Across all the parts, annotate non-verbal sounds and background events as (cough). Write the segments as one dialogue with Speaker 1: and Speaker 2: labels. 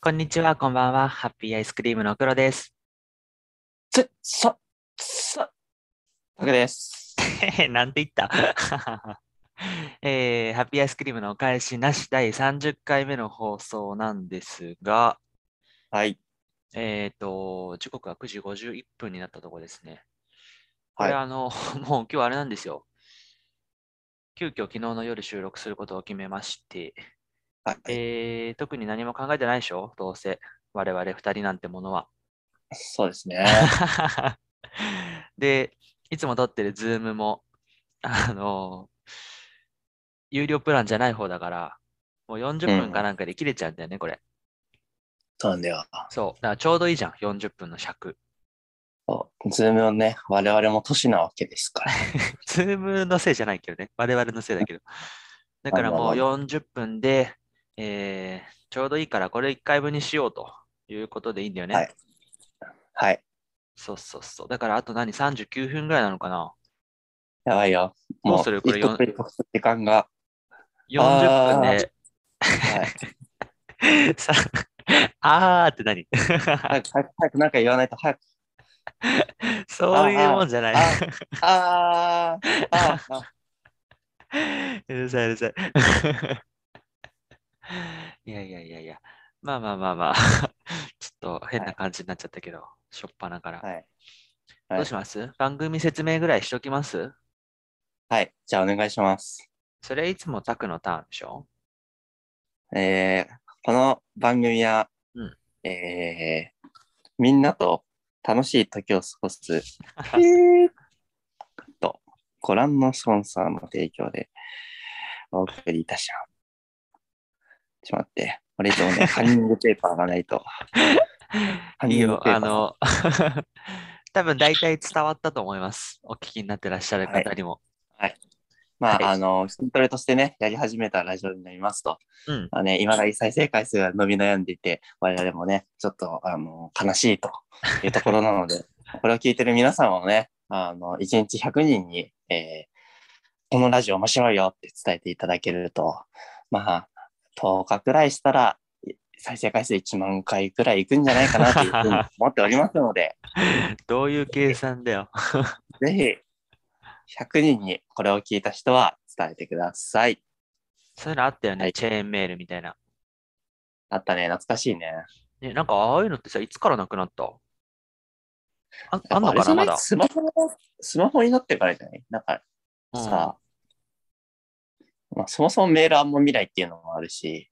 Speaker 1: こんにちは、こんばんは。ハッピーアイスクリームの黒です。
Speaker 2: つ、さ、さ、タケです。
Speaker 1: (laughs) なんて言った (laughs) えーハッピーアイスクリームのお返しなし第30回目の放送なんですが、
Speaker 2: はい。
Speaker 1: えっ、と、時刻は9時51分になったところですね。こ
Speaker 2: は
Speaker 1: れ、
Speaker 2: い。
Speaker 1: あの、 (laughs) もう今日あれなんですよ。急遽昨日の夜収録することを決めまして、
Speaker 2: はい、
Speaker 1: えー特に何も考えてないでしょどうせ。我々2人なんてものは。 (laughs)
Speaker 2: そうですね。
Speaker 1: で、いつも撮ってるズームも、あの有料プランじゃない方だから、もう40分かなんかで切れちゃうんだよね、これ。
Speaker 2: そうなんだよ。
Speaker 1: そう。だからちょうどいいじゃん、40分の尺。
Speaker 2: そうズームをね、我々も都市なわけです
Speaker 1: (laughs)
Speaker 2: から。
Speaker 1: ズームのせいじゃないけどね。我々のせいだけど。だからもう
Speaker 2: まあま
Speaker 1: 40分で、えーちょうどいいからこれ1回分にしようということでいいんだよね。
Speaker 2: はいはい。
Speaker 1: そうそうそう。だからあと何 ?39 分ぐらいなのかな
Speaker 2: やばいよ。
Speaker 1: どう
Speaker 2: も
Speaker 1: する
Speaker 2: う、
Speaker 1: これ
Speaker 2: 一刻一刻する時間が。
Speaker 1: ?40 分で。 (laughs)
Speaker 2: はい。
Speaker 1: さ (laughs) あーって何 (laughs)
Speaker 2: 早く、早く、早くなんか言わないと、早く。
Speaker 1: そういうもんじゃない。
Speaker 2: あ
Speaker 1: (laughs)
Speaker 2: あー、あー、
Speaker 1: (laughs)
Speaker 2: あ
Speaker 1: うるさい、うるさい。いやいやいやいや。まあまあまあまあ。 (laughs) ちょっと変な感じになっちゃったけど、しょっぱなから。
Speaker 2: ーはい。
Speaker 1: どうします番組説明ぐらいしときます
Speaker 2: はい。じゃあ、お願いします。
Speaker 1: それいつもタクのターンでしょ
Speaker 2: えー、この番組は、
Speaker 1: うん
Speaker 2: えー、みんなと楽しい時を過ご
Speaker 1: (laughs)
Speaker 2: す、えーと、ご覧のスポンサーの提供でお送りいたします。ちょっと待って、これ以上
Speaker 1: (laughs)
Speaker 2: ね、ハンニングペーパーがないと。ハン
Speaker 1: いい
Speaker 2: ニング
Speaker 1: よ、
Speaker 2: ペーパー
Speaker 1: あの、 (laughs) 多分大体伝わったと思います。お聞きになってらっしゃる方にも。
Speaker 2: まあ、
Speaker 1: はい
Speaker 2: あの、筋トレとしてね、やり始めたラジオになりますと、
Speaker 1: うん、
Speaker 2: まあね、今が再生回数が伸び悩んでいて、我々もね、ちょっと、あの、悲しいというところなので、 (laughs) これを聞いてる皆さんをね、あの、1日100人に、えーこのラジオ面白いよって伝えていただけると、まあ、10日くらいしたら、再生回数1万回くらいいくんじゃないかなというふうに思っておりますので、
Speaker 1: どういう計算だよ。
Speaker 2: ぜひ、100人にこれを聞いた人は伝えてください。
Speaker 1: そういうのあったよね、
Speaker 2: はい
Speaker 1: チェーンメールみたいな。
Speaker 2: あったね、懐かしいね。
Speaker 1: ね、なんかああいうのってさ、いつからなくなったああんの
Speaker 2: やっぱれ
Speaker 1: か
Speaker 2: じ
Speaker 1: な
Speaker 2: ゃい
Speaker 1: まだ。
Speaker 2: スマホの、スマホになってからじゃないなんかさ、まあ、そもそもメールあんま見ないっていうのもあるし、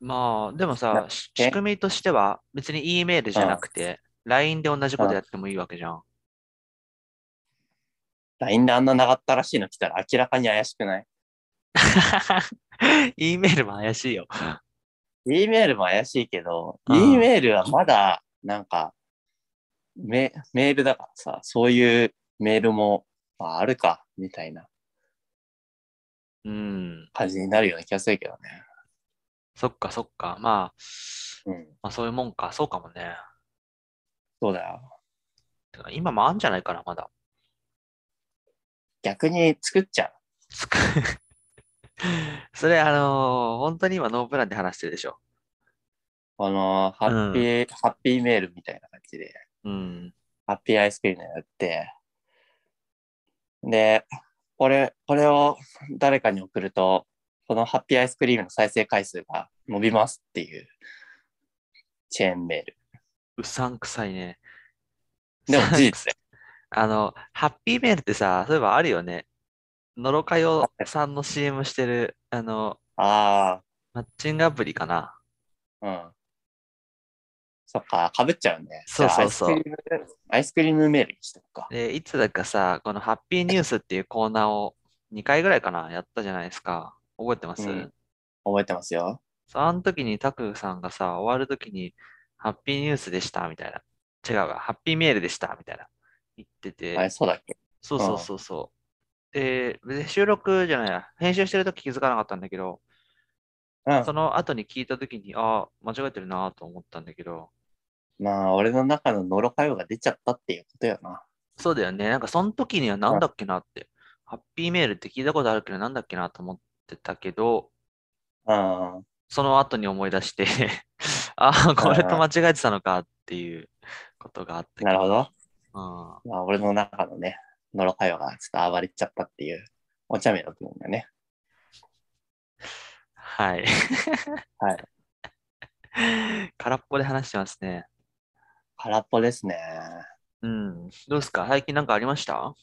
Speaker 1: うんまあ、でもさ
Speaker 2: な、
Speaker 1: し仕組みとしては、別に E メールじゃなくて、LINE で同じことやってもいいわけじゃん。 (laughs)
Speaker 2: LINE であんな長ったらしいの来たら明らかに怪しくない
Speaker 1: E メールも怪しいよ。
Speaker 2: ?E メールも怪しいけど、
Speaker 1: うん
Speaker 2: E メールはまだ、なんかメ、メールだからさ、そういうメールも、まあ、あるか、みたいな
Speaker 1: うん。
Speaker 2: 感じになるような気がするけどね。
Speaker 1: そっかそっか。まあ、
Speaker 2: うん。
Speaker 1: まあ、そういうもんか。そうかもね。
Speaker 2: そうだよ。
Speaker 1: てか今もあんじゃないかな、まだ。 (laughs)
Speaker 2: 逆に作っちゃ
Speaker 1: つくそれ、あのー本当に今ノープランで話してるでしょ。
Speaker 2: う。あのー、ハッピー、ハッピーメールみたいな感じで。
Speaker 1: うん。
Speaker 2: ハッピーアイスクリームやって、で、これ、これを誰かに送ると、このハッピーアイスクリームの再生回数が伸びますっていうチェーンメール。
Speaker 1: うさんくさいね。
Speaker 2: でも事実だよ。
Speaker 1: あの、ハッピーメールってさ、そういえばあるよね。のろかよさんの CM してる、あの、
Speaker 2: あ
Speaker 1: マッチングアプリかな。
Speaker 2: あ、うん。そっか、かぶっちゃうね。
Speaker 1: そうそうそう
Speaker 2: じゃあアイスクリーム。アイスクリームメールにしとくか。
Speaker 1: で、いつだかさ、このハッピーニュースっていうコーナーを2回ぐらいかな、やったじゃないですか。覚えてます、
Speaker 2: うん覚えてますよ。
Speaker 1: そうあの時にタクさんがさ、終わる時に、ハッピーニュースでした、みたいな。違うわ、ハッピーメールでした、みたいな。言ってて。
Speaker 2: あれ、そうだっけ
Speaker 1: そうそうそうそう。で、別に収録じゃないや、編集してる時気づかなかったんだけど、
Speaker 2: うん
Speaker 1: そ。の後に聞いた時に、ああ、間違えてるなと思ったんだけど、
Speaker 2: まあ、俺の中のノロ会話が出ちゃったっていうことよな。
Speaker 1: そうだよね。なんかその時にはなんだっけなって、ハッピーメールって聞いたことあるけどなんだっけなと思ってたけど、
Speaker 2: うん。
Speaker 1: その後に思い出して (laughs) ああ、これと間違えてたのかっていうことがあったけ
Speaker 2: なるほど。
Speaker 1: うん
Speaker 2: まあ、俺の中のね、ノロ会話がちょっと暴れちゃったっていう、お茶目だと思うんだよね。
Speaker 1: はい。
Speaker 2: は
Speaker 1: (laughs) 空っぽで話してますね。
Speaker 2: 空っぽですね。
Speaker 1: うん。どうですか最近なんかありました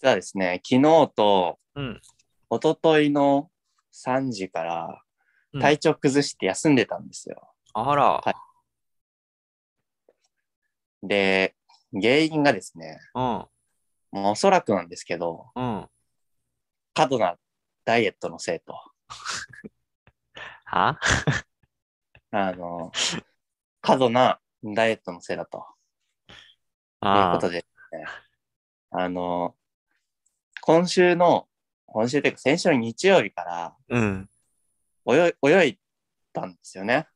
Speaker 2: 実はですね、昨日と
Speaker 1: うん。
Speaker 2: 一昨日の3時から
Speaker 1: うん
Speaker 2: 体調崩して休んでたんですよ。
Speaker 1: あら。
Speaker 2: いで、原因がですね、もうおそらくなんですけど、
Speaker 1: うん。うん。
Speaker 2: 過度なダイエットのせいと。
Speaker 1: は
Speaker 2: あの、 (laughs) 過度なダイエットのせいだと。という
Speaker 1: あ
Speaker 2: ことで、ね、あの、今週の、今週というか先週の日曜日から
Speaker 1: うん。
Speaker 2: 泳い泳いだんですよね。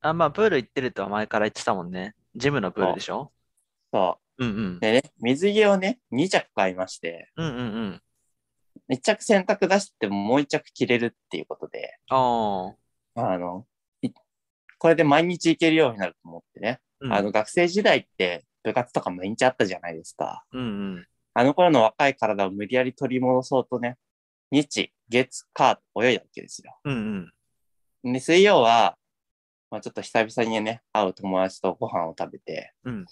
Speaker 1: あ、まあ、プール行ってるとは前から言ってたもんね。ジムのプールでしょ
Speaker 2: そ
Speaker 1: うんうん
Speaker 2: う。。でね、水着をね、2着買いまして、
Speaker 1: うんうんうん。
Speaker 2: 1着洗濯出してももう1着着れるっていうことで、
Speaker 1: あ
Speaker 2: あの、いこれで毎日行けるようになると思ってね。
Speaker 1: あ。
Speaker 2: あの、学生時代って部活とか毎日あったじゃないですか。
Speaker 1: うんうん。
Speaker 2: あの頃の若い体を無理やり取り戻そうとね、日、月、火と泳いだわけですよ。
Speaker 1: うんうん。
Speaker 2: で、水曜は、まあ、ちょっと久々にね、会う友達とご飯を食べて、
Speaker 1: うん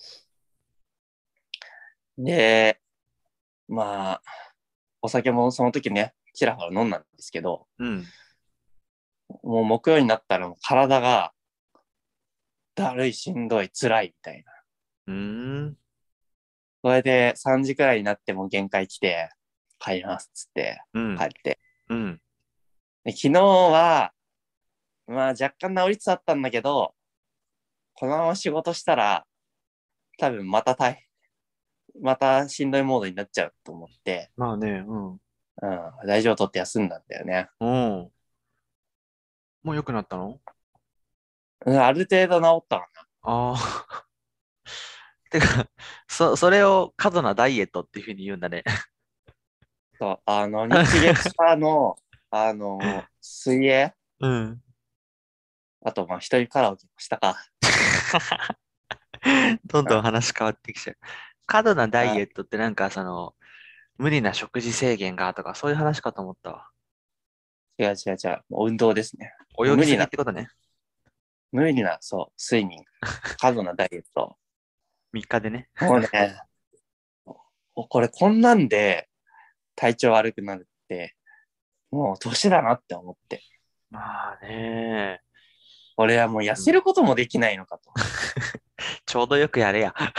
Speaker 2: で、まあ、お酒もその時ね、ちらほら飲んだんですけど、
Speaker 1: うん。
Speaker 2: もう木曜になったらもう体が、だるい、しんどい、辛いみたいな。
Speaker 1: うーん。
Speaker 2: それで3時くらいになってもう限界来て、帰りますっつって
Speaker 1: うん。
Speaker 2: 帰って。
Speaker 1: うん。
Speaker 2: で昨日は、まあ若干治りつつあったんだけど、このまま仕事したら、多分また大変、またしんどいモードになっちゃうと思って、
Speaker 1: まあね、うん。
Speaker 2: うん、大丈夫とって休んだんだよね。
Speaker 1: うん。もう良くなったの
Speaker 2: うん、ある程度治ったか
Speaker 1: ああ。 (laughs) てか、そ、それを過度なダイエットっていうふうに言うんだね。
Speaker 2: な。そう、あの、日月さの、あの、水泳、
Speaker 1: うん。
Speaker 2: あと、まあ、一人カラオケもしたか。
Speaker 1: どんどん話変わってきちゃう。過度なダイエットってなんかその、無理な食事制限がとかそういう話かと思ったわ。
Speaker 2: 違う違う違う、もう運動ですね。
Speaker 1: 泳ぎ
Speaker 2: 無
Speaker 1: す
Speaker 2: 理
Speaker 1: ぎ
Speaker 2: な
Speaker 1: ってことね。
Speaker 2: 無理な、そう、睡眠、過度なダイエット。
Speaker 1: 3日でね。
Speaker 2: もうね、おこれこんなんで体調悪くなるって、もう年だなって思って。
Speaker 1: まあね、
Speaker 2: 俺はもう痩せることもできないのかと。
Speaker 1: ちょうどよくやれや。 (laughs)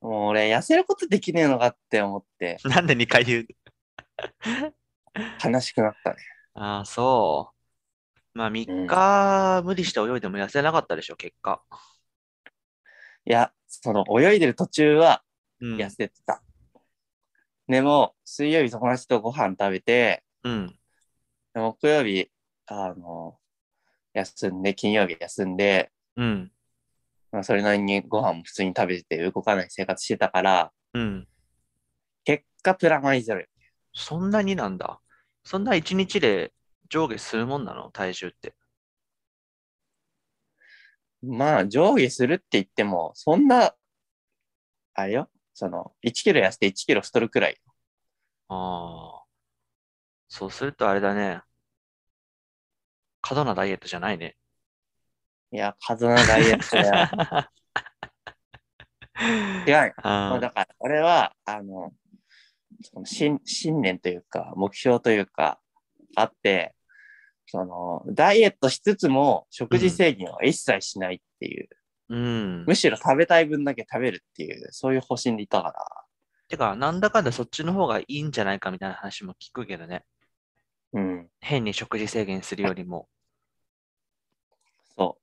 Speaker 2: もう俺痩せることできねえのかって思って
Speaker 1: なんで2回言う
Speaker 2: 悲しくなったね。
Speaker 1: ああ、そう。まあ3日無理して泳いでも痩せなかったでしょ、結果。
Speaker 2: いや、その泳いでる途中は
Speaker 1: うん。
Speaker 2: 痩せてた。でも、水曜日友達とご飯食べて、
Speaker 1: うん。
Speaker 2: で木曜日、あの、休んで、金曜日休んで、
Speaker 1: うん。
Speaker 2: まあ、それなりにご飯も普通に食べてて動かない生活してたから、
Speaker 1: うん。
Speaker 2: 結果プラマイゼロよ
Speaker 1: そんなになんだ。そんな一日で上下するもんなの体重って。
Speaker 2: まあ、上下するって言っても、そんな、あれよ、その、1キロ痩せて1キロ太るくらい。
Speaker 1: ああ。そうするとあれだね。過度なダイエットじゃないね。
Speaker 2: いや、過度なダイ
Speaker 1: (laughs)
Speaker 2: エットや。違うよ。もう
Speaker 1: あ
Speaker 2: だから、俺は、あの、その信信念というか、目標というか、あって、その、ダイエットしつつも、食事制限を一切しないっていう、
Speaker 1: うん。
Speaker 2: むしろ食べたい分だけ食べるっていう、そういう方針でいたから、
Speaker 1: てか、なんだかんだそっちの方がいいんじゃないかみたいな話も聞くけどね。
Speaker 2: うん、
Speaker 1: 変に食事制限するよりも。
Speaker 2: そ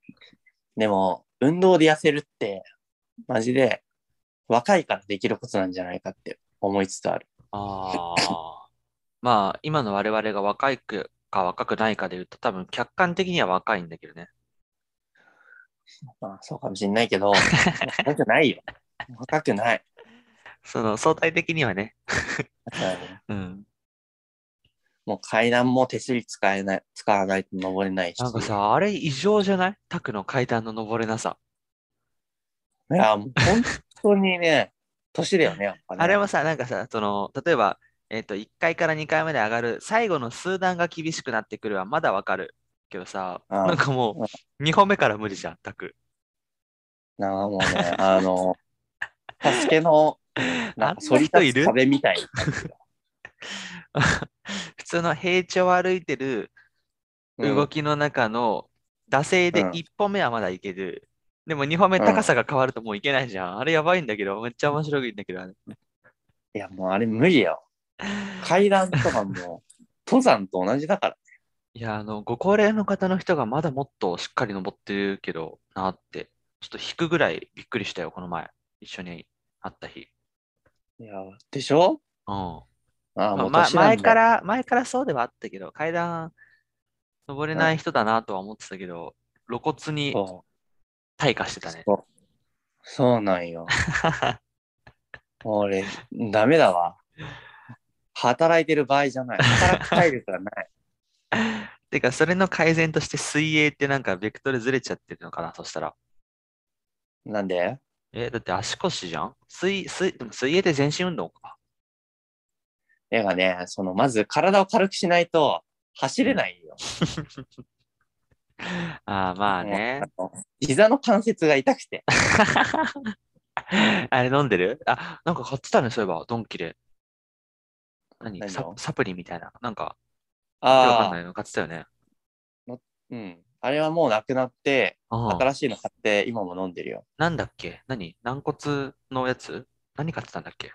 Speaker 2: う。でも、運動で痩せるって、マジで、若いからできることなんじゃないかって思いつつある。
Speaker 1: ああ。まあ、今の我々が若いくか若くないかで言うと、多分客観的には若いんだけどね。
Speaker 2: まあ、そうかもしんない
Speaker 1: (laughs)
Speaker 2: けど、若くないよ。若くない。
Speaker 1: その相対的にはね。
Speaker 2: うん
Speaker 1: うん。
Speaker 2: もう階段も手すり使えない、使わないと登れないし。
Speaker 1: なんかさ、あれ異常じゃないタクの階段の登れなさ。
Speaker 2: いや、もう本当にね、年だよね、やっぱね。
Speaker 1: あれはさ、なんかさ、その、例えば、えっと、1階から2階まで上がる、最後の数段が厳しくなってくるはまだわかるけどさ、
Speaker 2: うん
Speaker 1: なんかもう、2本目から無理じゃん、タク。
Speaker 2: なんかもうね、あの、サスケの、な
Speaker 1: あんな
Speaker 2: んか反り
Speaker 1: 人い
Speaker 2: 立
Speaker 1: る
Speaker 2: つ壁みたいな。
Speaker 1: (laughs) 普通の平地を歩いてる
Speaker 2: うん
Speaker 1: 動きの中の、惰性で
Speaker 2: うん
Speaker 1: 1歩目はまだいける。でも2歩目
Speaker 2: うん
Speaker 1: 高さが変わるともういけないじゃん。あれやばいんだけど、めっちゃ面白いんだけど、あれ。
Speaker 2: いや、もうあれ無理よ。階段とかも、登山と同じだから。
Speaker 1: いや、あの、ご高齢の方の人がまだもっとしっかり登ってるけどなって、ちょっと引くぐらいびっくりしたよ、この前。一緒に会った日。
Speaker 2: いや、でしょ
Speaker 1: うん。
Speaker 2: ああ、もう
Speaker 1: まあ
Speaker 2: 年なんだ
Speaker 1: 前から、前からそうではあったけど、階段登れない人だなとは思ってたけど、露骨に
Speaker 2: そ
Speaker 1: 退化してた
Speaker 2: う
Speaker 1: ね。 (laughs)
Speaker 2: そうそうなんよ。もう俺、ダメだわ。働いてる場合じゃない。働く体力がない。
Speaker 1: てか、それの改善として水泳ってなんかベクトルずれちゃってるのかな、そしたら。
Speaker 2: なんで
Speaker 1: え、だって足腰じゃん水、水、でも水泳って全身運動か。
Speaker 2: 絵がね、その、まず体を軽くしないと走れないよ。
Speaker 1: ああ、まあね。
Speaker 2: もう。あの膝の関節が痛くて。
Speaker 1: (laughs) あれ飲んでるあ、なんか買ってたね、そういえば、ドンキで。何
Speaker 2: 何
Speaker 1: サ
Speaker 2: を
Speaker 1: サプリみたいな。なんか、わかん
Speaker 2: あ
Speaker 1: な
Speaker 2: あ、
Speaker 1: いの買ってたよね。
Speaker 2: うん。あれはもうなくなって、
Speaker 1: うん。
Speaker 2: 新しいの買って今も飲んでるよ。
Speaker 1: なんだっけ何軟骨のやつ何買ってたんだっけ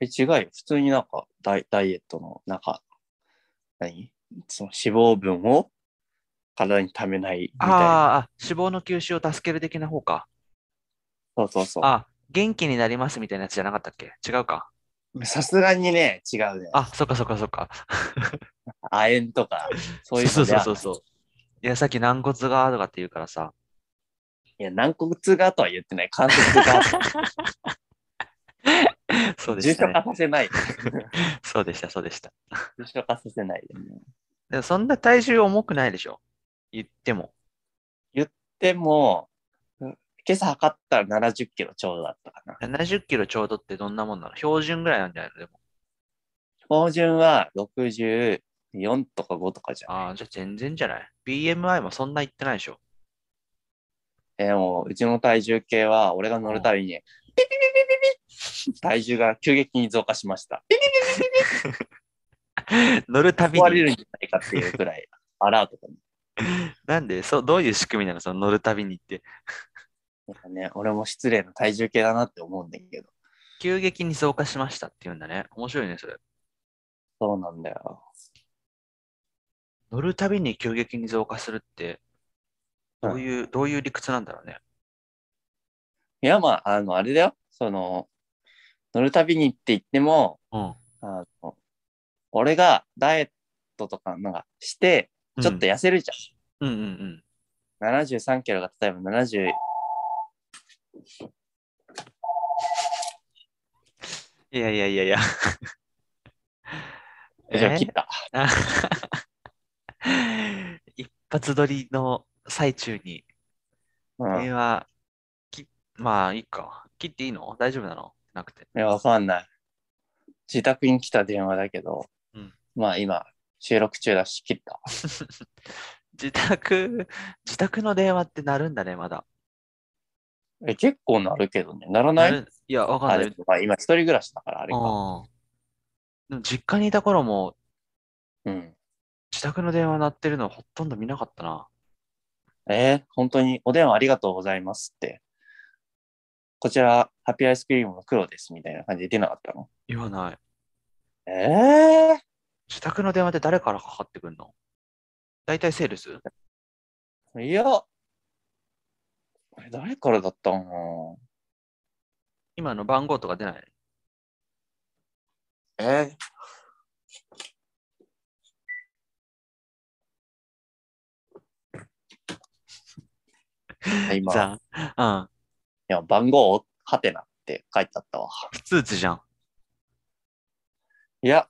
Speaker 2: え、違うよ。普通になんかダイ、ダイエットの、なんか、何その脂肪分を体に溜めないみたいな。
Speaker 1: ああ、脂肪の吸収を助ける的な方か。
Speaker 2: そうそうそ
Speaker 1: あ、元気になりますみたいなやつじゃなかったっけ違うか。
Speaker 2: う。さすがにね、違うね。
Speaker 1: あ、そっかそっかそっか。
Speaker 2: 亜鉛とか、そういうの
Speaker 1: そう
Speaker 2: では
Speaker 1: そうそうそう。いや、さっき軟骨がとかって言うからさ。
Speaker 2: いや、軟骨がとは言ってない。関節が。
Speaker 1: そうで
Speaker 2: 重
Speaker 1: した
Speaker 2: 症
Speaker 1: ね。
Speaker 2: 化させない。
Speaker 1: そうでした、そうでした。
Speaker 2: 重症化させないで、
Speaker 1: でもそんな体重重くないでしょ。言っても。
Speaker 2: でも、今朝測ったら70キロちょうどだったかな。
Speaker 1: 70キロちょうどってどんなもんなの標準ぐらいなんじゃないのでも。
Speaker 2: 標準は64とか5とかじゃん。
Speaker 1: ああ、じゃあ全然じゃない。BMI もそんな言ってないでしょ。
Speaker 2: えーもう、うちの体重計は、俺が乗るたびに、ピピピピピピ体重が急激に増加しました。
Speaker 1: (laughs) 乗るたび
Speaker 2: 壊
Speaker 1: に
Speaker 2: れ。るんじゃないかっていうくらい、アラートだね
Speaker 1: (laughs) なんで、そう、どういう仕組みなのその乗るたびにって。
Speaker 2: なんかね、俺も失礼な体重計だなって思うんだけど。
Speaker 1: 急激に増加しましたっていうんだね。面白いね、それ。
Speaker 2: そうなんだよ。
Speaker 1: 乗るたびに急激に増加するって、
Speaker 2: うん
Speaker 1: どういう、どういう理屈なんだろうね。
Speaker 2: いや、まあ、あの、あれだよ。その、乗るたびにって言っても、
Speaker 1: うん。
Speaker 2: あの、俺がダイエットとか、なんかして、ちょっと
Speaker 1: や、
Speaker 2: 痩せるじ
Speaker 1: うん、うんうん
Speaker 2: ゃん。73キロが例えば70、
Speaker 1: いやいやいやいや。
Speaker 2: 以上
Speaker 1: (laughs)
Speaker 2: 切
Speaker 1: え
Speaker 2: った。
Speaker 1: あ (laughs) 一発撮りの最中に、
Speaker 2: う
Speaker 1: こ
Speaker 2: ん。い
Speaker 1: れは、き、まあいいか。切っていいの大丈夫なのなくて。
Speaker 2: や、わかんない。自宅に来た電話だけど、
Speaker 1: うん
Speaker 2: まあ今、収録中だし、切った。
Speaker 1: 自宅、 (laughs) 自宅の電話ってなるんだね、まだ。
Speaker 2: え、結構なるけどね。ならない
Speaker 1: なるいや、わかん
Speaker 2: あ、
Speaker 1: な
Speaker 2: で
Speaker 1: い
Speaker 2: も。まあ今一人暮らしだから、あれか。
Speaker 1: ああ。でも実家にいた頃も
Speaker 2: うん。
Speaker 1: 自宅の電話鳴ってるのほとんど見なかったな。
Speaker 2: えー本当にお電話ありがとうございますって。こちら、ハッピーアイスクリームの黒です、みたいな感じで出なかったの
Speaker 1: 言わない。
Speaker 2: ええ
Speaker 1: 自宅の電話って誰からかかってくんの大体セールス
Speaker 2: いや。え誰からだったの
Speaker 1: 今の番号とか出ない
Speaker 2: え (laughs) ー、今、い
Speaker 1: さあ、
Speaker 2: や番号、はてなって書いてあったわ。
Speaker 1: うん。普通値じゃん。
Speaker 2: いや、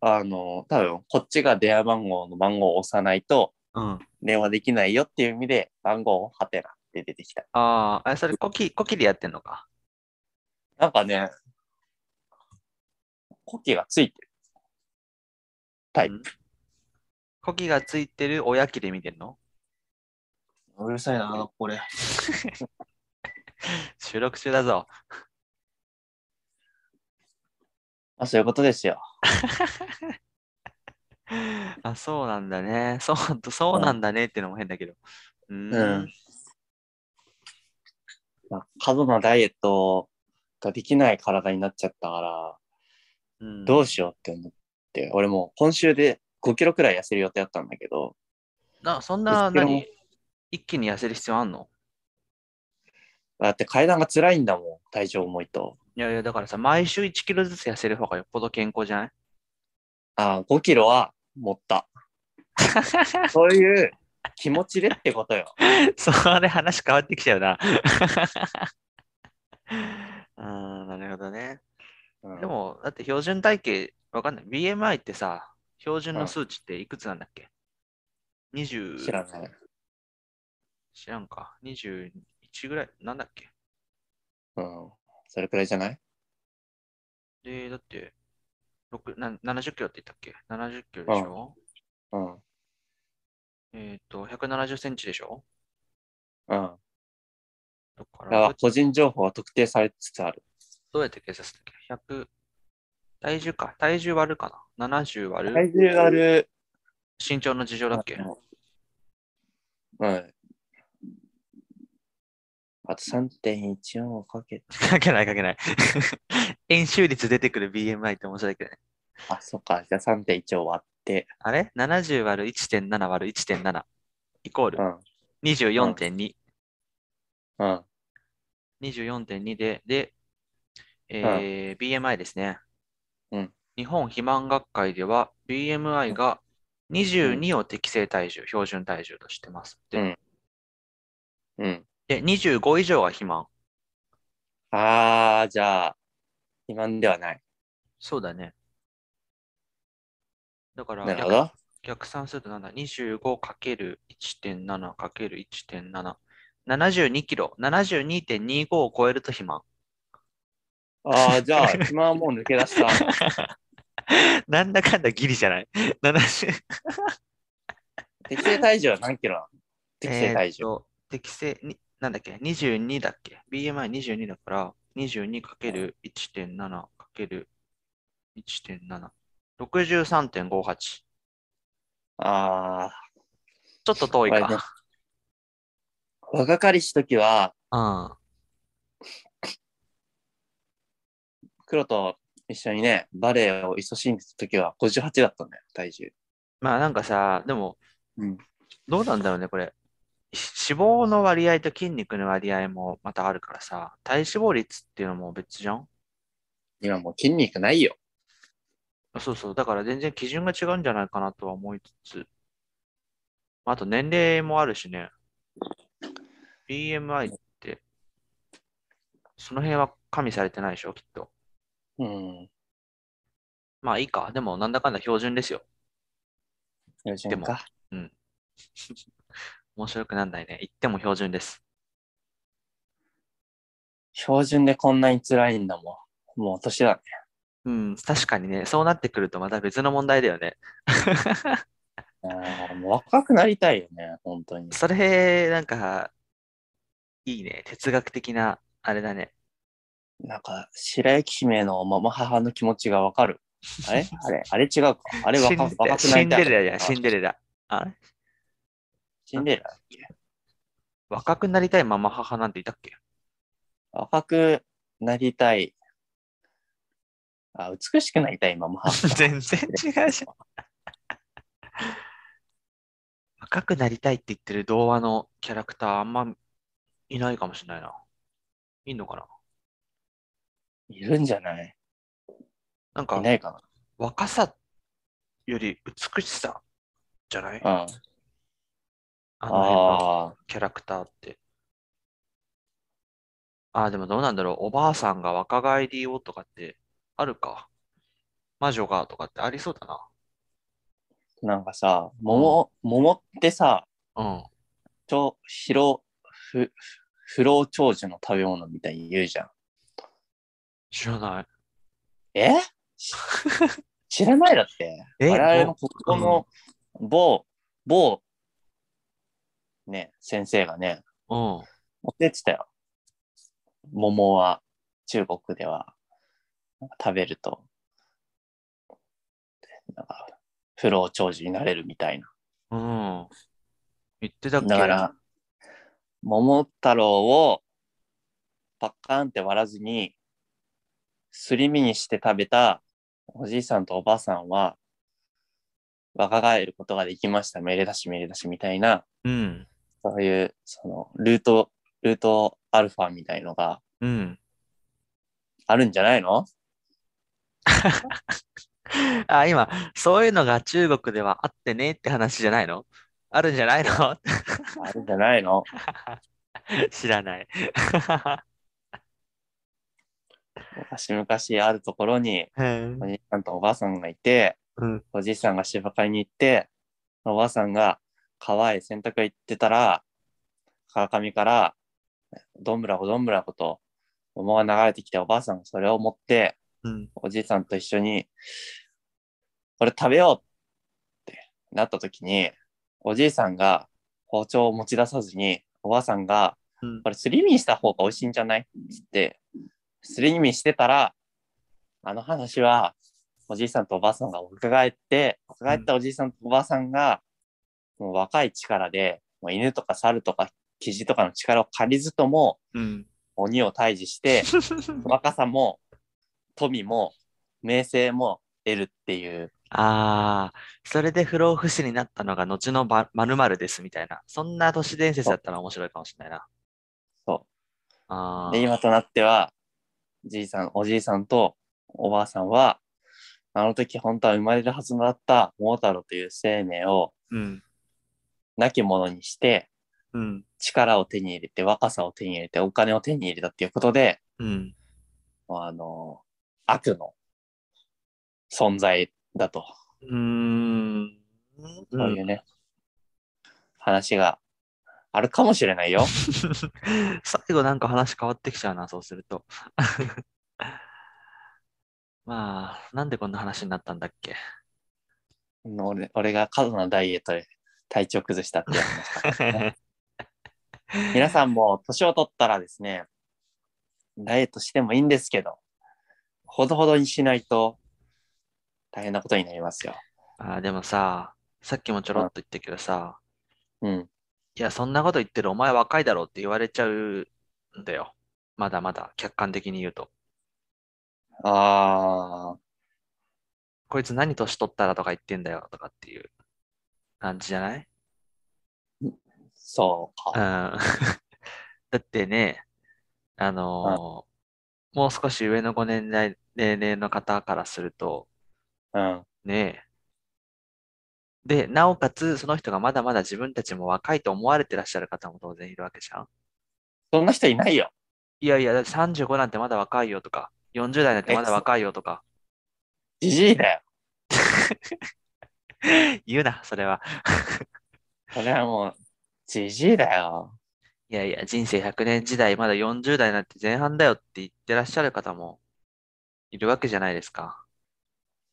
Speaker 2: あの、多分こっちが電話番号の番号を押さないと
Speaker 1: うん。
Speaker 2: 電話できないよっていう意味で、番号をハテナって出てきた。
Speaker 1: あーあ、それコキ、コキでやってんのか。
Speaker 2: なんかね、コキがついてる。タイプ
Speaker 1: うんコキがついてる親機で見てんの
Speaker 2: うるさいな、これ。
Speaker 1: 収録中だぞ。
Speaker 2: あ、そういうことですよ。
Speaker 1: あ、そうなんだね。そう、ほんとそうなんだねってのも変だけど。うーん。
Speaker 2: うんまあ、過度なダイエットができない体になっちゃったから、
Speaker 1: うん
Speaker 2: どうしようって思って、俺もう今週で5キロくらい痩せる予定だったんだけど、
Speaker 1: な、そんな、
Speaker 2: 一キロも
Speaker 1: 何一気に痩せる必要あんの
Speaker 2: だって階段が辛いんだもん、体重重いと。
Speaker 1: いやいや、だからさ、毎週1キロずつ痩せる方がよっぽど健康じゃない (laughs)
Speaker 2: あ5キロは持った。そういう気持ちでってことよ。
Speaker 1: それ話変わってきちゃうな。 (laughs) あーなるほどね。
Speaker 2: うん
Speaker 1: でも、だって標準体型、わかんない。BMI ってさ、標準
Speaker 2: う
Speaker 1: の
Speaker 2: ん
Speaker 1: 数値っていくつなんだっけ ?20、
Speaker 2: 知らない。
Speaker 1: 知らんか。21ぐらい、なんだっけ
Speaker 2: うん。それくらいじゃない
Speaker 1: で、だって、6な70キロって言ったっけ ?70 キロでしょ、
Speaker 2: うん。うん。
Speaker 1: えっ、と、170センチでしょ
Speaker 2: だ
Speaker 1: だか
Speaker 2: からら、個人情報は特定されつつある。
Speaker 1: どうやって計算するんだっけ ?100、体重か。体重割るかな ?70 割
Speaker 2: 体
Speaker 1: る
Speaker 2: 重ある。
Speaker 1: 身長の事情だっ (laughs) け
Speaker 2: うん。あと3.14をかけて。
Speaker 1: かけないかけない。 (laughs) 円周率出てくる BMI って面白いけどね。
Speaker 2: あ、そっか。じゃあ3.1を割って。
Speaker 1: あれ ?70 割る1.7割る1.7イコール
Speaker 2: うん。うん。
Speaker 1: 24.2。
Speaker 2: あ
Speaker 1: 24.2で、で、えー BMI ですね。
Speaker 2: うん
Speaker 1: 日本肥満学会では BMI が22を適正体重、標準体重としてますって。
Speaker 2: うんうん。
Speaker 1: で、25以上が肥満。
Speaker 2: あー、じゃあ、肥満ではない。
Speaker 1: そうだね。だから
Speaker 2: なるほ
Speaker 1: 逆
Speaker 2: ど。
Speaker 1: 逆算するとなんだ ?25×1.7×1.7。72キロ、72.25を超えると肥満。 (laughs)
Speaker 2: ああ、じゃあ、肥満はもう抜け出
Speaker 1: (laughs)
Speaker 2: した。
Speaker 1: なんだかんだギリじゃない ?70。
Speaker 2: 適正体重は何キロなの適正体
Speaker 1: えー
Speaker 2: 重。
Speaker 1: っと適正に、なんだっけ ?22 だっけ ?BMI22 だから、22×1.7×1.7。63.58。ち
Speaker 2: ああ、
Speaker 1: ょっと遠いか。
Speaker 2: これね若かりし時は、
Speaker 1: うん。
Speaker 2: 黒と一緒にね、バレエを勤しんでた時は58だったんだよ、体重。
Speaker 1: まあなんかさ、でも、
Speaker 2: うん
Speaker 1: どうなんだろうね、これ。し脂肪の割合と筋肉の割合もまたあるからさ、体脂肪率っていうのも別じゃん
Speaker 2: 今もう筋肉ないよ。
Speaker 1: そうそう、だから全然基準が違うんじゃないかなとは思いつつ、あと年齢もあるしね、BMI って、その辺は加味されてないでしょ、きっと。
Speaker 2: うん。
Speaker 1: まあいいか、でもなんだかんだ標準ですよ。
Speaker 2: 標準か。
Speaker 1: 面白くなんないね。言っても標準です。
Speaker 2: 標準でこんなに辛いんだもん。もう年だね。
Speaker 1: うん、確かにね、そうなってくるとまた別の問題だよね。
Speaker 2: あーもう若くなりたいよね、本当に。
Speaker 1: それ、なんか、いいね。哲学的な、あれだね。
Speaker 2: なんか、白雪姫のママ母の気持ちがわかる。
Speaker 1: (laughs)
Speaker 2: あれあれあれ違うか。あれ
Speaker 1: シ
Speaker 2: 若
Speaker 1: ンデ
Speaker 2: 若くな
Speaker 1: シ
Speaker 2: り
Speaker 1: ン
Speaker 2: たい。
Speaker 1: デレラや、シンデレラ。あれ
Speaker 2: シンデレラ。
Speaker 1: 若くなりたいママ母なんていたっけ
Speaker 2: 若くなりたい。あ、美しくなりた
Speaker 1: (laughs)
Speaker 2: い、ママ
Speaker 1: 全然違うじゃん。 (laughs) 若くなりたいって言ってる童話のキャラクターあんまいないかもしれないな。いんのかない
Speaker 2: るんじゃない
Speaker 1: なん
Speaker 2: い
Speaker 1: か、
Speaker 2: ないか
Speaker 1: 若さより美しさじゃない
Speaker 2: な。うん。
Speaker 1: あの辺の
Speaker 2: ああ
Speaker 1: キャラクターって。ああ、でもどうなんだろう。おばあさんが若返りをとかってあるか。魔女がとかってありそうだな。
Speaker 2: なんかさ、桃、桃ってさ、
Speaker 1: うん。
Speaker 2: 超、広、ふ、不老長寿の食べ物みたいに言うじゃん。
Speaker 1: 知らない。
Speaker 2: えし知らないだって。
Speaker 1: え
Speaker 2: 我々の国語の某、某、ね、先生がね、
Speaker 1: うん。
Speaker 2: 教えてたよ。桃は、中国では、なんか食べると、なんか、不老長寿になれるみたいな。
Speaker 1: うん。言ってたっけ
Speaker 2: だから、桃太郎をパッカーンって割らずに、すり身にして食べたおじいさんとおばあさんは、若返ることができました。めでたしめでたしみたいな、
Speaker 1: うん。
Speaker 2: そういう、その、ルート、ルートアルファみたいのが
Speaker 1: うん。
Speaker 2: あるんじゃないの
Speaker 1: あ、今、そういうのが中国ではあってねって話じゃないのあるんじゃないの (laughs)
Speaker 2: あるんじゃないの
Speaker 1: 知らない。
Speaker 2: 昔々あるところに、
Speaker 1: うん
Speaker 2: おじいさんとおばあさんがいて、
Speaker 1: うん
Speaker 2: おじいさんが芝刈りに行って、おばあさんが川へ洗濯行ってたら、川上から、どんぶらこどんぶらこと、桃が流れてきて、おばあさんがそれを持って、
Speaker 1: うん。
Speaker 2: おじいさんと一緒に、これ食べようってなった時に、おじいさんが包丁を持ち出さずに、おばあさんが、
Speaker 1: うん
Speaker 2: これすり身にした方が美味しいんじゃないって言って、すり身にしてたら、あの話は、おじいさんとおばあさんが伺えて、伺えたおじいさんとおばあさんが、もう若い力で、もう犬とか猿とか、キジとかの力を借りずとも、
Speaker 1: うん。
Speaker 2: 鬼を退治して、若さも、富も、名声も得るっていう、
Speaker 1: (laughs) ああ、それで不老不死になったのが後のば〇〇ですみたいな。そんな都市伝説だったら面白いかもしれないな。
Speaker 2: そ
Speaker 1: あ
Speaker 2: う。
Speaker 1: あ
Speaker 2: で、。今となっては、じいさん、おじいさんとおばあさんは、あの時本当は生まれるはずだった桃太郎という生命を
Speaker 1: うん。
Speaker 2: 亡き者にして、
Speaker 1: うん。
Speaker 2: 力を手に入れて、若さを手に入れて、お金を手に入れたっていうことで、
Speaker 1: うん。
Speaker 2: もうあの、悪の存在だと、
Speaker 1: うーん。う
Speaker 2: そうんいうね、話があるかもしれないよ。
Speaker 1: 最後なんか話変わってきちゃうな、そうすると。 (laughs) まあ、なんでこんな話になったんだっけ (laughs)
Speaker 2: 俺俺が過度なダイエットで体調崩したっていう話皆さんも年を取ったらですね、ダイエットしてもいいんですけど、ほどほどにしないと大変なことになりますよ。
Speaker 1: あーでもさ、さっきもちょろっと言ったけどさ、
Speaker 2: うん。
Speaker 1: いや、そんなこと言ってるお前若いだろって言われちゃうんだよ。まだまだ、客観的に言うと。
Speaker 2: あー、
Speaker 1: こいつ何年取ったらとか言ってんだよとかっていう感じじゃない
Speaker 2: そう
Speaker 1: うん (laughs)
Speaker 2: か。
Speaker 1: だってね、あのーもう少し上のご年代、年齢の方からすると、
Speaker 2: うん。
Speaker 1: ねえ、で、なおかつ、その人がまだまだ自分たちも若いと思われてらっしゃる方も当然いるわけじゃん。
Speaker 2: そんな人いないよ。
Speaker 1: いやいや、だって35なんてまだ若いよとか、40代なんてまだ若いよとか、 (laughs)
Speaker 2: じじいだよ。
Speaker 1: 言うな、それは。
Speaker 2: それはもう、じじいだよ。
Speaker 1: いやいや、人生100年時代、まだ40代なんて前半だよって言ってらっしゃる方もいるわけじゃないですか。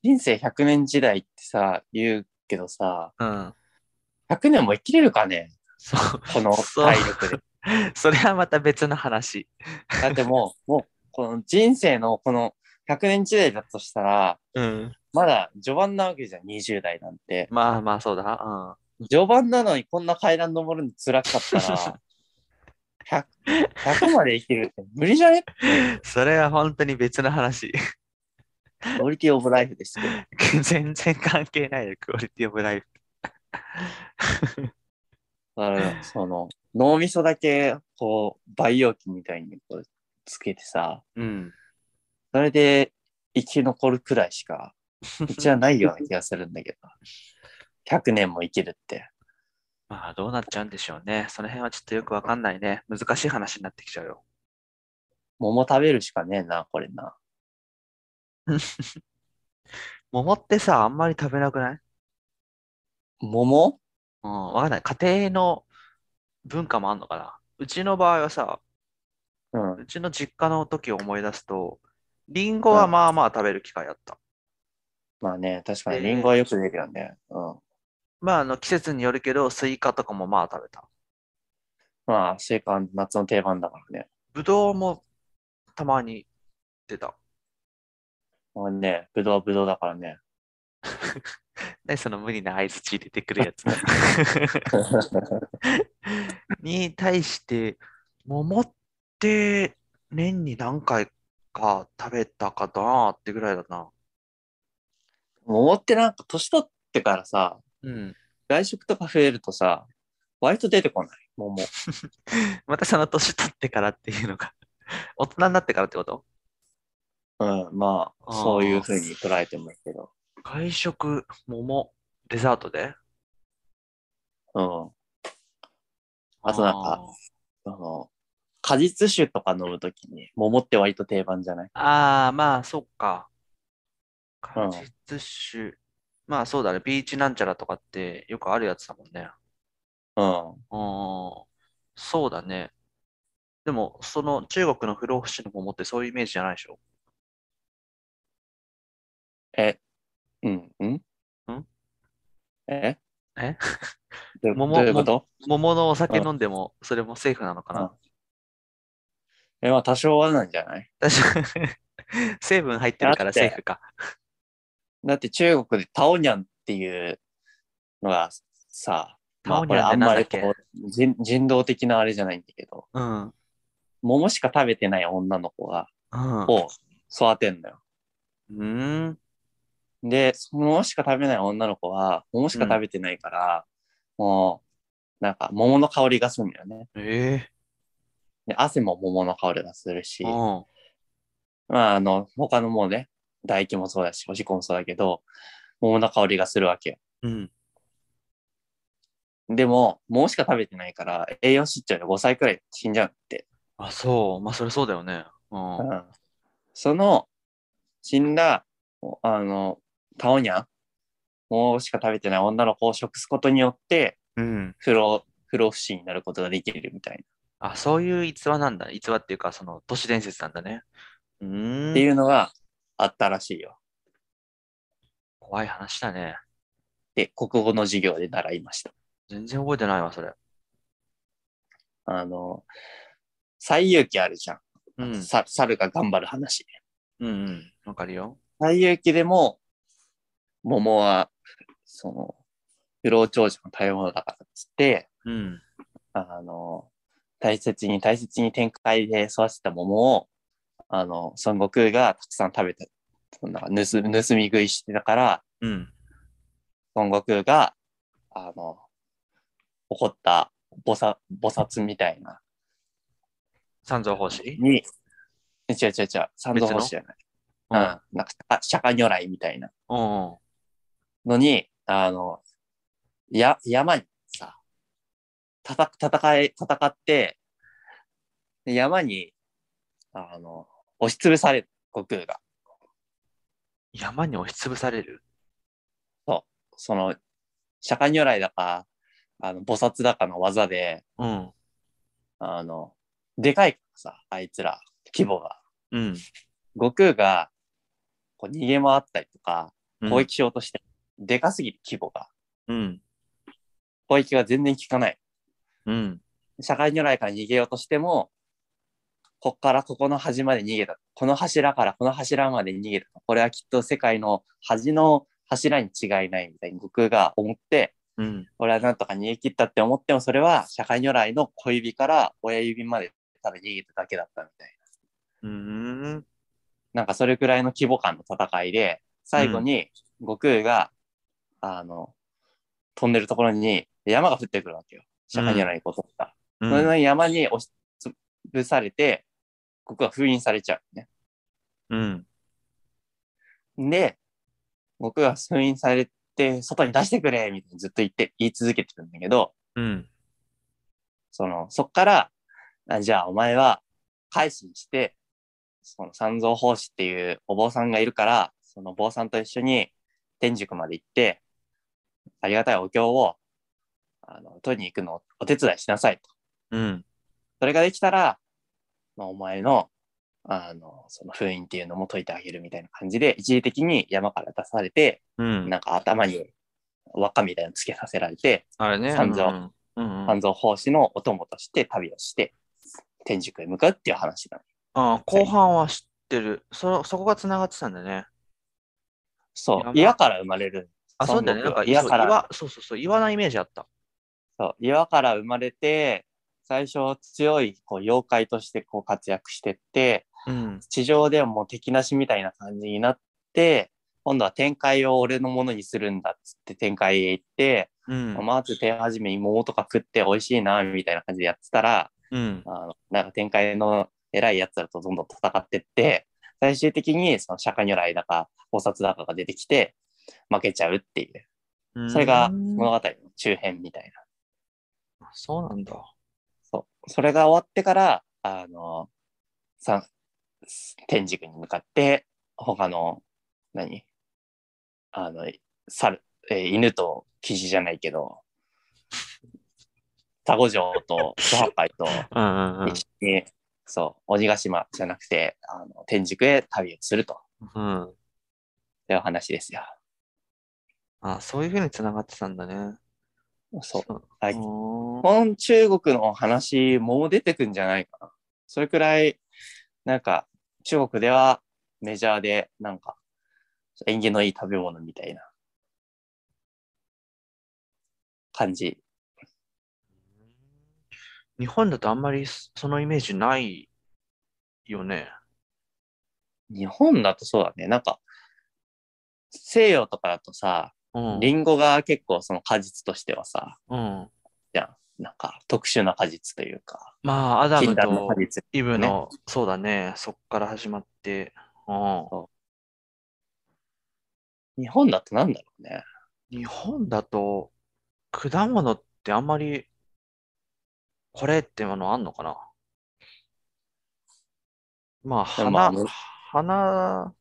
Speaker 2: 人生100年時代ってさ、言うけどさ、
Speaker 1: うん。
Speaker 2: 100年も生きれるかね
Speaker 1: そう。
Speaker 2: この体力で。
Speaker 1: (laughs) それはまた別の話。
Speaker 2: だってもう、もう、この人生のこの100年時代だとしたら、
Speaker 1: うん。
Speaker 2: まだ序盤なわけじゃん、20代なんて。
Speaker 1: まあまあ、そうだ。
Speaker 2: 序盤なのにこんな階段登るの辛かったら、100, 100まで生きるって無理じゃね
Speaker 1: うん。それは本当に別の話。 (laughs)
Speaker 2: クオリティオブライフですけど。
Speaker 1: 全然関係ないよ、クオリティオブライフ。
Speaker 2: だからその、脳みそだけ、こう、培養器みたいにこうつけてさ、
Speaker 1: うん。
Speaker 2: それで生き残るくらいしか、うちはないような気がするんだけど。100年も生きるって。
Speaker 1: まあ、どうなっちゃうんでしょうね。その辺はちょっとよくわかんないね。難しい話になってきちゃうよ。
Speaker 2: 桃食べるしかねえな、これな。
Speaker 1: 桃ってさ、あんまり食べなくない
Speaker 2: 桃
Speaker 1: うん、わかんない。家庭の文化もあんのかなうちの場合はさ、
Speaker 2: うん。
Speaker 1: うちの実家の時を思い出すと、リンゴはまあまあ食べる機会あった。
Speaker 2: まあね、確かに
Speaker 1: で
Speaker 2: リンゴはよく出るよね。うん。
Speaker 1: まあ、あの季節によるけど、スイカとかもまあ食べた。
Speaker 2: まあ、スイカは夏の定番だからね。
Speaker 1: ぶどうもたまに出た。
Speaker 2: もうね、ぶどうはぶどうだからね。 (laughs)
Speaker 1: ね、その無理な相槌入れてくるやつ (laughs) に対して、桃って年に何回か食べたかなってぐらいだな。
Speaker 2: 桃ってなんか年取ってからさ、
Speaker 1: うん。
Speaker 2: 外食とか増えるとさ、割と出てこない。桃。
Speaker 1: またその年取ってからっていうのが、 (laughs) 大人になってからってこと
Speaker 2: うん、まあ、
Speaker 1: あー
Speaker 2: そういう風に捉えてもいいけど。
Speaker 1: 外食、桃、デザートで
Speaker 2: うん。あとなんか、あの、果実酒とか飲むときに、桃って割と定番じゃない
Speaker 1: あーあー、まあ、そっか。
Speaker 2: うん
Speaker 1: 果実酒。まあ、そうだね。ビーチなんちゃらとかってよくあるやつだもんね。
Speaker 2: うん。
Speaker 1: うん。そうだね。でも、その中国の不老不死の桃ってそういうイメージじゃないでしょ
Speaker 2: え、うん、うん
Speaker 1: ん
Speaker 2: え
Speaker 1: え
Speaker 2: どう
Speaker 1: 桃
Speaker 2: どういうこと
Speaker 1: 桃のお酒
Speaker 2: うん
Speaker 1: 飲んでも、それもセーフなのか
Speaker 2: うん
Speaker 1: な
Speaker 2: え、まあ多少はなんじゃない
Speaker 1: 確かに (laughs) 成分入ってるから
Speaker 2: だって
Speaker 1: セーフか。
Speaker 2: だって中国でタオニャンっていうのがさ、ま
Speaker 1: タオ
Speaker 2: あ
Speaker 1: ニ
Speaker 2: これ
Speaker 1: ャンっ
Speaker 2: あ
Speaker 1: て
Speaker 2: ん
Speaker 1: なん
Speaker 2: ま
Speaker 1: だっ
Speaker 2: り
Speaker 1: け
Speaker 2: こう人人道的なあれじゃないんだけど、
Speaker 1: うん。うん。
Speaker 2: 桃しか食べてない女の子が、を育てんだよ。
Speaker 1: うん。
Speaker 2: で、その桃しか食べない女の子は、桃しか食べてないから、もう、なんか桃の香りがするんだよね。
Speaker 1: え
Speaker 2: で、汗も桃の香りがするし、
Speaker 1: えうん。
Speaker 2: まあ、あの、他のもうね、唾液もそうだし、おしっこもそうだけど、桃の香りがするわけよ。
Speaker 1: うん。
Speaker 2: でも、桃しか食べてないから、栄養失調で5歳くらいで死んじゃうんだって。
Speaker 1: あ、そう。まあ、それそうだよね。うん。
Speaker 2: うんその、死んだ、あの、タオニャン、桃しか食べてない女の子を食すことによって、
Speaker 1: うん。
Speaker 2: 不老、不老不死になることができるみたいな。
Speaker 1: あ、そういう逸話なんだ。逸話っていうか、その都市伝説なんだね。うーん。
Speaker 2: っていうのがあったらしいよ。
Speaker 1: 怖い話だね。
Speaker 2: で、国語の授業で習いました。
Speaker 1: 全然覚えてないわ、それ。
Speaker 2: あの、最勇気あるじゃん。
Speaker 1: うん。
Speaker 2: さ猿が頑張る話。
Speaker 1: うんうん。わかるよ。
Speaker 2: 最勇気でも、桃は、その、不老長寿の食べ物だからっつって、
Speaker 1: うん。
Speaker 2: あの、大切に大切に展開で育てた桃を、あの、孫悟空がたくさん食べて、そんな盗盗み食いしてたから、
Speaker 1: うん。
Speaker 2: 孫悟空が、あの、怒った菩薩、菩薩みたいな、
Speaker 1: 三蔵法師
Speaker 2: に、違う違う違う、三蔵法師じゃない。
Speaker 1: うん。
Speaker 2: うん。なんか、あ釈迦如来みたいな
Speaker 1: うんうん。
Speaker 2: のに、あの、や、山にさ、戦、戦い、戦って、で山に、あの、押しつぶされる、悟空が。
Speaker 1: 山に押しつぶされる
Speaker 2: その、釈迦如来だか、あの、菩薩だかの技で、
Speaker 1: うん。
Speaker 2: あの、でかいからさ、あいつら、規模が。
Speaker 1: うん。
Speaker 2: 悟空が、こう逃げ回ったりとか、
Speaker 1: うん
Speaker 2: 攻撃しようとして、でかすぎる規模が。
Speaker 1: うん。
Speaker 2: 攻撃が全然効かない。
Speaker 1: うん。
Speaker 2: 社会如来から逃げようとしても、こっからここの端まで逃げた。この柱からこの柱まで逃げた。これはきっと世界の端の柱に違いないみたいに悟空が思って、
Speaker 1: うん。
Speaker 2: 俺はなんとか逃げ切ったって思っても、それは社会如来の小指から親指までただ逃げただけだったみたいな。
Speaker 1: うーん。
Speaker 2: なんかそれくらいの規模感の戦いで、最後に悟空が、あの、飛んでるところに山が降ってくるわけよ。社会如来にこう取った。
Speaker 1: うん
Speaker 2: その山に押しつぶされて、ここは封印されちゃうね。
Speaker 1: うん。
Speaker 2: で、僕が封印されて、外に出してくれみたいにずっと言って、言い続けてるんだけど、
Speaker 1: うん。
Speaker 2: その、そっから、あじゃあお前は、改心して、その三蔵法師っていうお坊さんがいるから、その坊さんと一緒に天竺まで行って、ありがたいお経を、あの、取りに行くのをお手伝いしなさいと。
Speaker 1: うん。
Speaker 2: それができたら、まあ、お前の、あの、その封印っていうのも解いてあげるみたいな感じで、一時的に山から出されて、
Speaker 1: うん。
Speaker 2: なんか頭に輪っかみたいなのつけさせられて、
Speaker 1: あれね。
Speaker 2: 三条
Speaker 1: うんうん。うんうん
Speaker 2: 半蔵法師のお供として旅をして、天竺へ向かうっていう話だ。
Speaker 1: ああ後半は知ってる。そ、そこが繋がってたんだね。
Speaker 2: そ
Speaker 1: 山
Speaker 2: う、岩から生まれる。
Speaker 1: あ、そうだよね。なんか、
Speaker 2: 孫悟空岩
Speaker 1: そう
Speaker 2: から
Speaker 1: 岩、そうそうそう、岩なイメージあった。
Speaker 2: そう、岩から生まれて、最初強いこう妖怪としてこう活躍してって、
Speaker 1: うん。
Speaker 2: 地上ではもう敵なしみたいな感じになって、今度は天界を俺のものにするんだっつって天界へ行って、
Speaker 1: うん。
Speaker 2: まず手始めに桃とか食って美味しいなみたいな感じでやってたら、
Speaker 1: うん。
Speaker 2: あのなんか天界の偉いやつらとどんどん戦ってって、最終的にその釈迦如来だか、菩薩だかが出てきて、負けちゃうっていう。それが
Speaker 1: うん
Speaker 2: 物語の中編みたいな。
Speaker 1: そうなんだ。
Speaker 2: そう。それが終わってから、あの、さ、天竺に向かって、他の、何あの、猿、えー犬とキジじゃないけど、タゴ城と諸八海と
Speaker 1: うんうんうん
Speaker 2: 一緒に、そう、鬼ヶ島じゃなくて、あの天竺へ旅をすると
Speaker 1: うん。
Speaker 2: いう話ですよ。
Speaker 1: あ、そういうふうに繋がってたんだね。
Speaker 2: そう。
Speaker 1: う。
Speaker 2: はい
Speaker 1: 日。本
Speaker 2: この中国の話もう出てくんじゃないかな。それくらい、なんか、中国ではメジャーで、なんか、縁起のいい食べ物みたいな感じ。
Speaker 1: 日本だとあんまりそそのイメージないよね。
Speaker 2: 日本だとそうだね。なんか、西洋とかだとさ、
Speaker 1: うん。
Speaker 2: リンゴが結構その果実としてはさ、
Speaker 1: うん、
Speaker 2: じゃん。なんか特殊な果実というか、
Speaker 1: まあ、アダム
Speaker 2: 禁断の
Speaker 1: と
Speaker 2: 果実。
Speaker 1: イブの、そうだね、そっから始まって、うん。
Speaker 2: 日本だとなんだろうね。
Speaker 1: 日本だと、果物ってあんまり、これってものあんのかなまあ、
Speaker 2: でもまあ
Speaker 1: 花、花、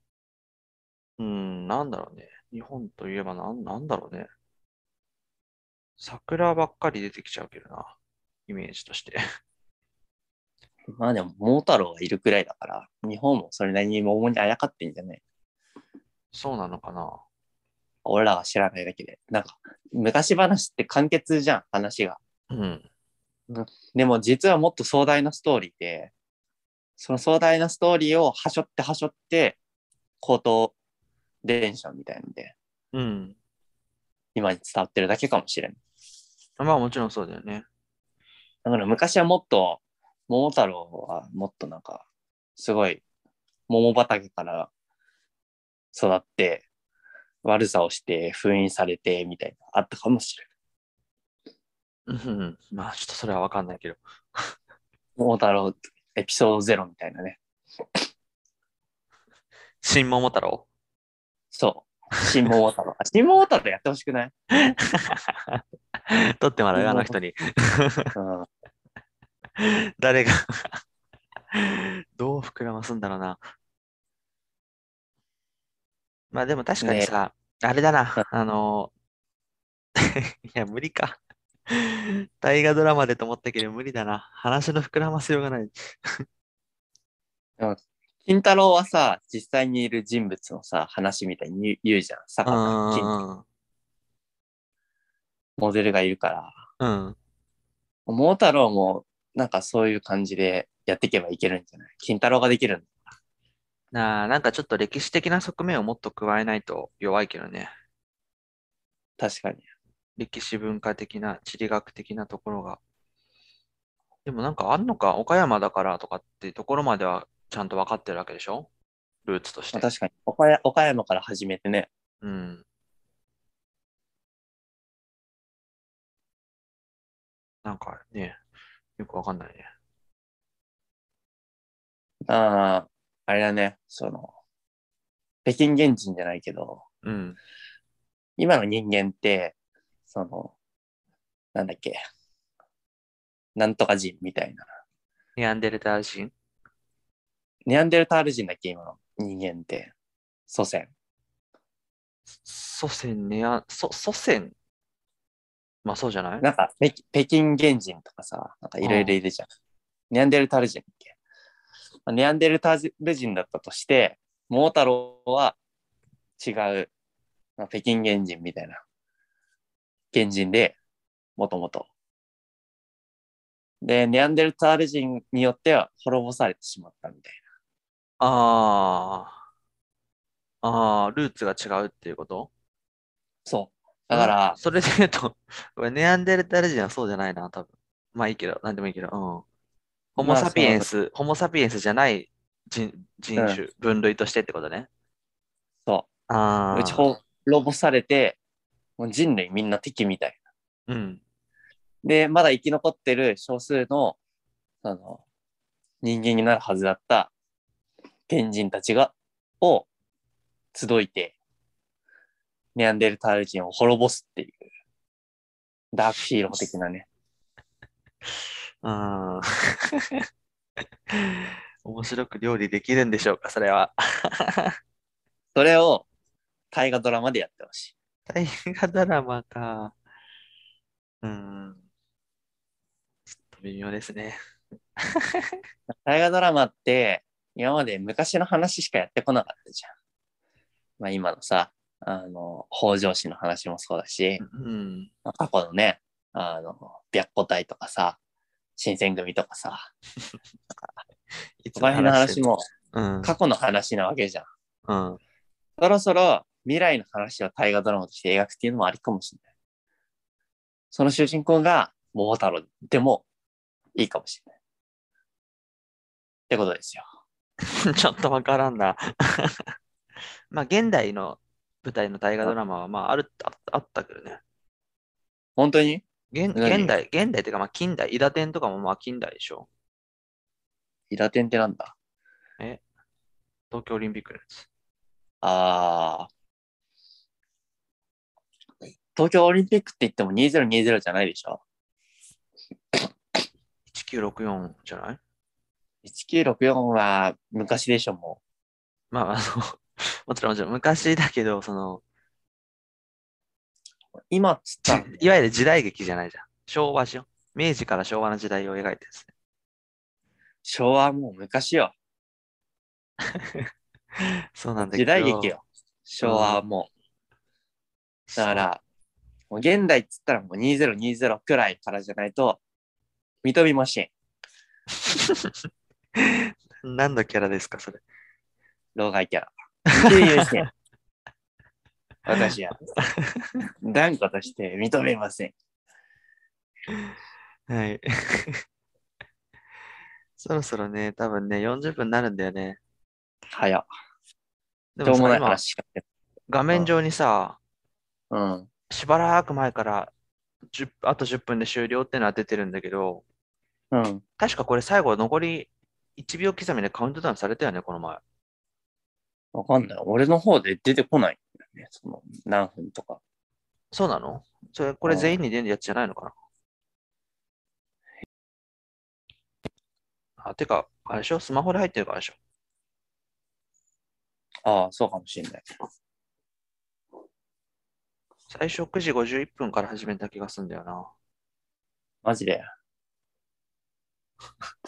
Speaker 1: うん、なんだろうね。日本といえばなん、なんだろうね。桜ばっかり出てきちゃうけどな。イメージとして。 (laughs)
Speaker 2: まあでも、桃太郎がいるくらいだから、日本もそれなりに桃にあやかってんじゃない
Speaker 1: そうなのかな。
Speaker 2: 俺らが知らないだけで。なんか、昔話って簡潔じゃん、話が。
Speaker 1: うん。
Speaker 2: でも実はもっと壮大なストーリーで、その壮大なストーリーをはしょってはしょって、口頭伝承みたいなんで、
Speaker 1: うん。
Speaker 2: 今に伝わってるだけかもしれん。
Speaker 1: まあもちろんそうだよね。
Speaker 2: だから昔はもっと、桃太郎はもっとなんか、すごい、桃畑から育って、悪さをして封印されてみたいな、あったかもしれん。
Speaker 1: うん。まあちょっとそれはわかんないけど。
Speaker 2: 桃太郎エピソードゼロみたいなね。
Speaker 1: 新桃太郎 (laughs)
Speaker 2: そう。新桃太郎。あ新桃太郎やってほしくない
Speaker 1: 取ってもらうよ、あの人に。
Speaker 2: うん。
Speaker 1: (laughs) 誰がどう膨らますんだろうな。まあでも確かに
Speaker 2: ね
Speaker 1: さ、あれだな、あの、 (laughs) いや、無理か。大河ドラマでと思ったけど無理だな。話の膨らませようがない。
Speaker 2: 金太郎はさ、実際にいる人物のさ、話みたいに言う言うじゃん。坂田金、モデルがいるから。
Speaker 1: うん。うん。
Speaker 2: 桃太郎も、なんかそういう感じでやっていけばいけるんじゃない金太郎ができるん
Speaker 1: なあ、なんかちょっと歴史的な側面をもっと加えないと弱いけどね。
Speaker 2: 確かに。
Speaker 1: 歴史文化的な地理学的なところが。でもなんかあんのか、岡山だからとかっていうところまではちゃんと分かってるわけでしょルーツとし
Speaker 2: まあ、
Speaker 1: て。
Speaker 2: 確かに岡や。岡山から始めてね。
Speaker 1: うん。なんかね、よくわかんないね。
Speaker 2: ああ、あれだね。その、北京原人じゃないけど、
Speaker 1: うん。
Speaker 2: 今の人間って、その、なんだっけ。なんとか人みたいな。
Speaker 1: ネアンデルタール人
Speaker 2: ネアンデルタール人だっけ今の人間って。祖先。
Speaker 1: 祖先ねや、祖祖先まあそうじゃない
Speaker 2: なんか、北北京原人とかさ、なんかいろいろいるじゃん。ネアンデルタール人だっけまあネアンデルタール人だったとして、桃太郎は違う、まあ、北京原人みたいな。原人で、もともと。で、ネアンデルタール人によっては滅ぼされてしまったみたい
Speaker 1: ああ。ああ、ルーツが違うっていうこと
Speaker 2: な。そう。だから
Speaker 1: うん、それで言うと、 (laughs) これネアンデルタール人はそうじゃないな、多分。まあいいけど、なんでもいいけど、うん。ホモ
Speaker 2: まあ
Speaker 1: サピエンス、ホモサピエンスじゃない人、人種、分類としてってことね。
Speaker 2: そ
Speaker 1: ああ。
Speaker 2: う。うち滅ぼされて、もう人類みんな敵みたいな。
Speaker 1: うん。
Speaker 2: で、まだ生き残ってる少数の、あの、人間になるはずだった原人たちが、を集いて、ネアンデルタール人を滅ぼすっていう、ダークヒーロー的なね。
Speaker 1: ああ。 (laughs) 面白く料理できるんでしょうか、それは。
Speaker 2: それを、大河ドラマでやってほしい。
Speaker 1: 大河ドラマか。うん。ちょっと微妙ですね。
Speaker 2: 大河ドラマって、今まで昔の話しかやってこなかったじゃん。まあ今のさ、あの、北条氏の話もそうだし、
Speaker 1: うん。
Speaker 2: まあ過去のね、あの、白虎隊とかさ、新選組とかさ、
Speaker 1: いつ
Speaker 2: そこら辺の話
Speaker 1: も
Speaker 2: も
Speaker 1: うん。
Speaker 2: 過去の話なわけじゃん。
Speaker 1: うん。
Speaker 2: そろそろ未来の話を大河ドラマとして描くっていうのもありかもしれない。その主人公が桃太郎でもいいかもしれない。ってことですよ。
Speaker 1: (laughs) ちょっとわからんな。まあ、現代の舞台の大河ドラマは、まあ、ある、ああったけどね。
Speaker 2: 本当に
Speaker 1: 現
Speaker 2: 何
Speaker 1: 現代、現代っていうか、まあ、近代、伊田天とかも、まあ、近代でしょ。
Speaker 2: イラテンってなんだ
Speaker 1: 東京オリンピックのやつ。
Speaker 2: あー。東京オリンピックって言っても2020じゃないでしょ
Speaker 1: 1964じゃない
Speaker 2: ?1964 は昔でしょ、も
Speaker 1: まあ、あの、 (laughs) もちろん、もちろん、昔だけど、その、
Speaker 2: う。今っつったら
Speaker 1: いわゆる時代劇じゃないじゃん。昭和じゃん。明治から昭和の時代を描いてるんですね。
Speaker 2: 昭和はもう昔よ。
Speaker 1: そうなんだけ
Speaker 2: 時
Speaker 1: ど。
Speaker 2: 代劇よ。昭和はもう。
Speaker 1: そう。
Speaker 2: だから、もう現代っつったらもう2020くらいからじゃないと、認めましん。
Speaker 1: (laughs) 何のキャラですか、それ。
Speaker 2: 老害キャラ。認めま
Speaker 1: (laughs)
Speaker 2: せん。私は。断固として認めません。
Speaker 1: はい。 (laughs) そろそろね、多分ね、40分になるんだよね。
Speaker 2: 早っ。
Speaker 1: で
Speaker 2: しょう
Speaker 1: さ
Speaker 2: もない
Speaker 1: 今
Speaker 2: 話しかして
Speaker 1: 画面上にさ、
Speaker 2: ない。うん。
Speaker 1: しばらく前から10あと10分で終了ってのは出てるんだけど、
Speaker 2: うん。
Speaker 1: 確かこれ最後残り1秒刻みでカウントダウンされたよね、この前。
Speaker 2: わかんない。俺の方で出てこないんだよね。その、何分とか。
Speaker 1: そうなのそれ、これ全員に出るやつじゃないのかなあ、てか、あれでしょスマホで入ってるからでしょ
Speaker 2: ああ、そうかもしれない。
Speaker 1: 最初9時51分から始めた気がするんだよな。
Speaker 2: マジで。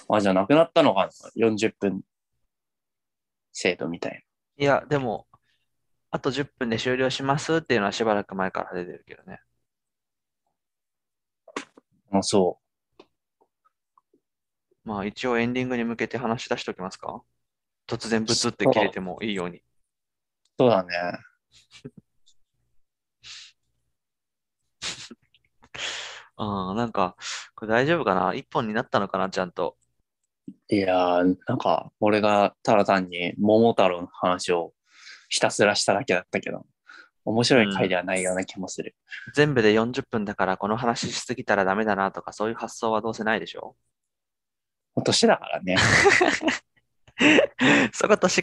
Speaker 2: あ、じゃあなくなったのかな ?40 分制度みたいな。
Speaker 1: いや、でも、あと10分で終了しますっていうのはしばらく前から出てるけどね。
Speaker 2: あ、そ
Speaker 1: まあ一応エンディングに向けて話し出しておきますか突然ブツって切れてもいいように。
Speaker 2: う。そうだね。
Speaker 1: ああ、なんか、これ大丈夫かな一本になったのかなちゃんと。
Speaker 2: いやー、なんか、俺がただ単に桃太郎の話をひたすらしただけだったけど、面白い回ではないような気もする。
Speaker 1: 全部で40分だからこの話しすぎたらダメだなとかそういう発想はどうせないでしょ (laughs)
Speaker 2: もう年だからね。
Speaker 1: そこ年か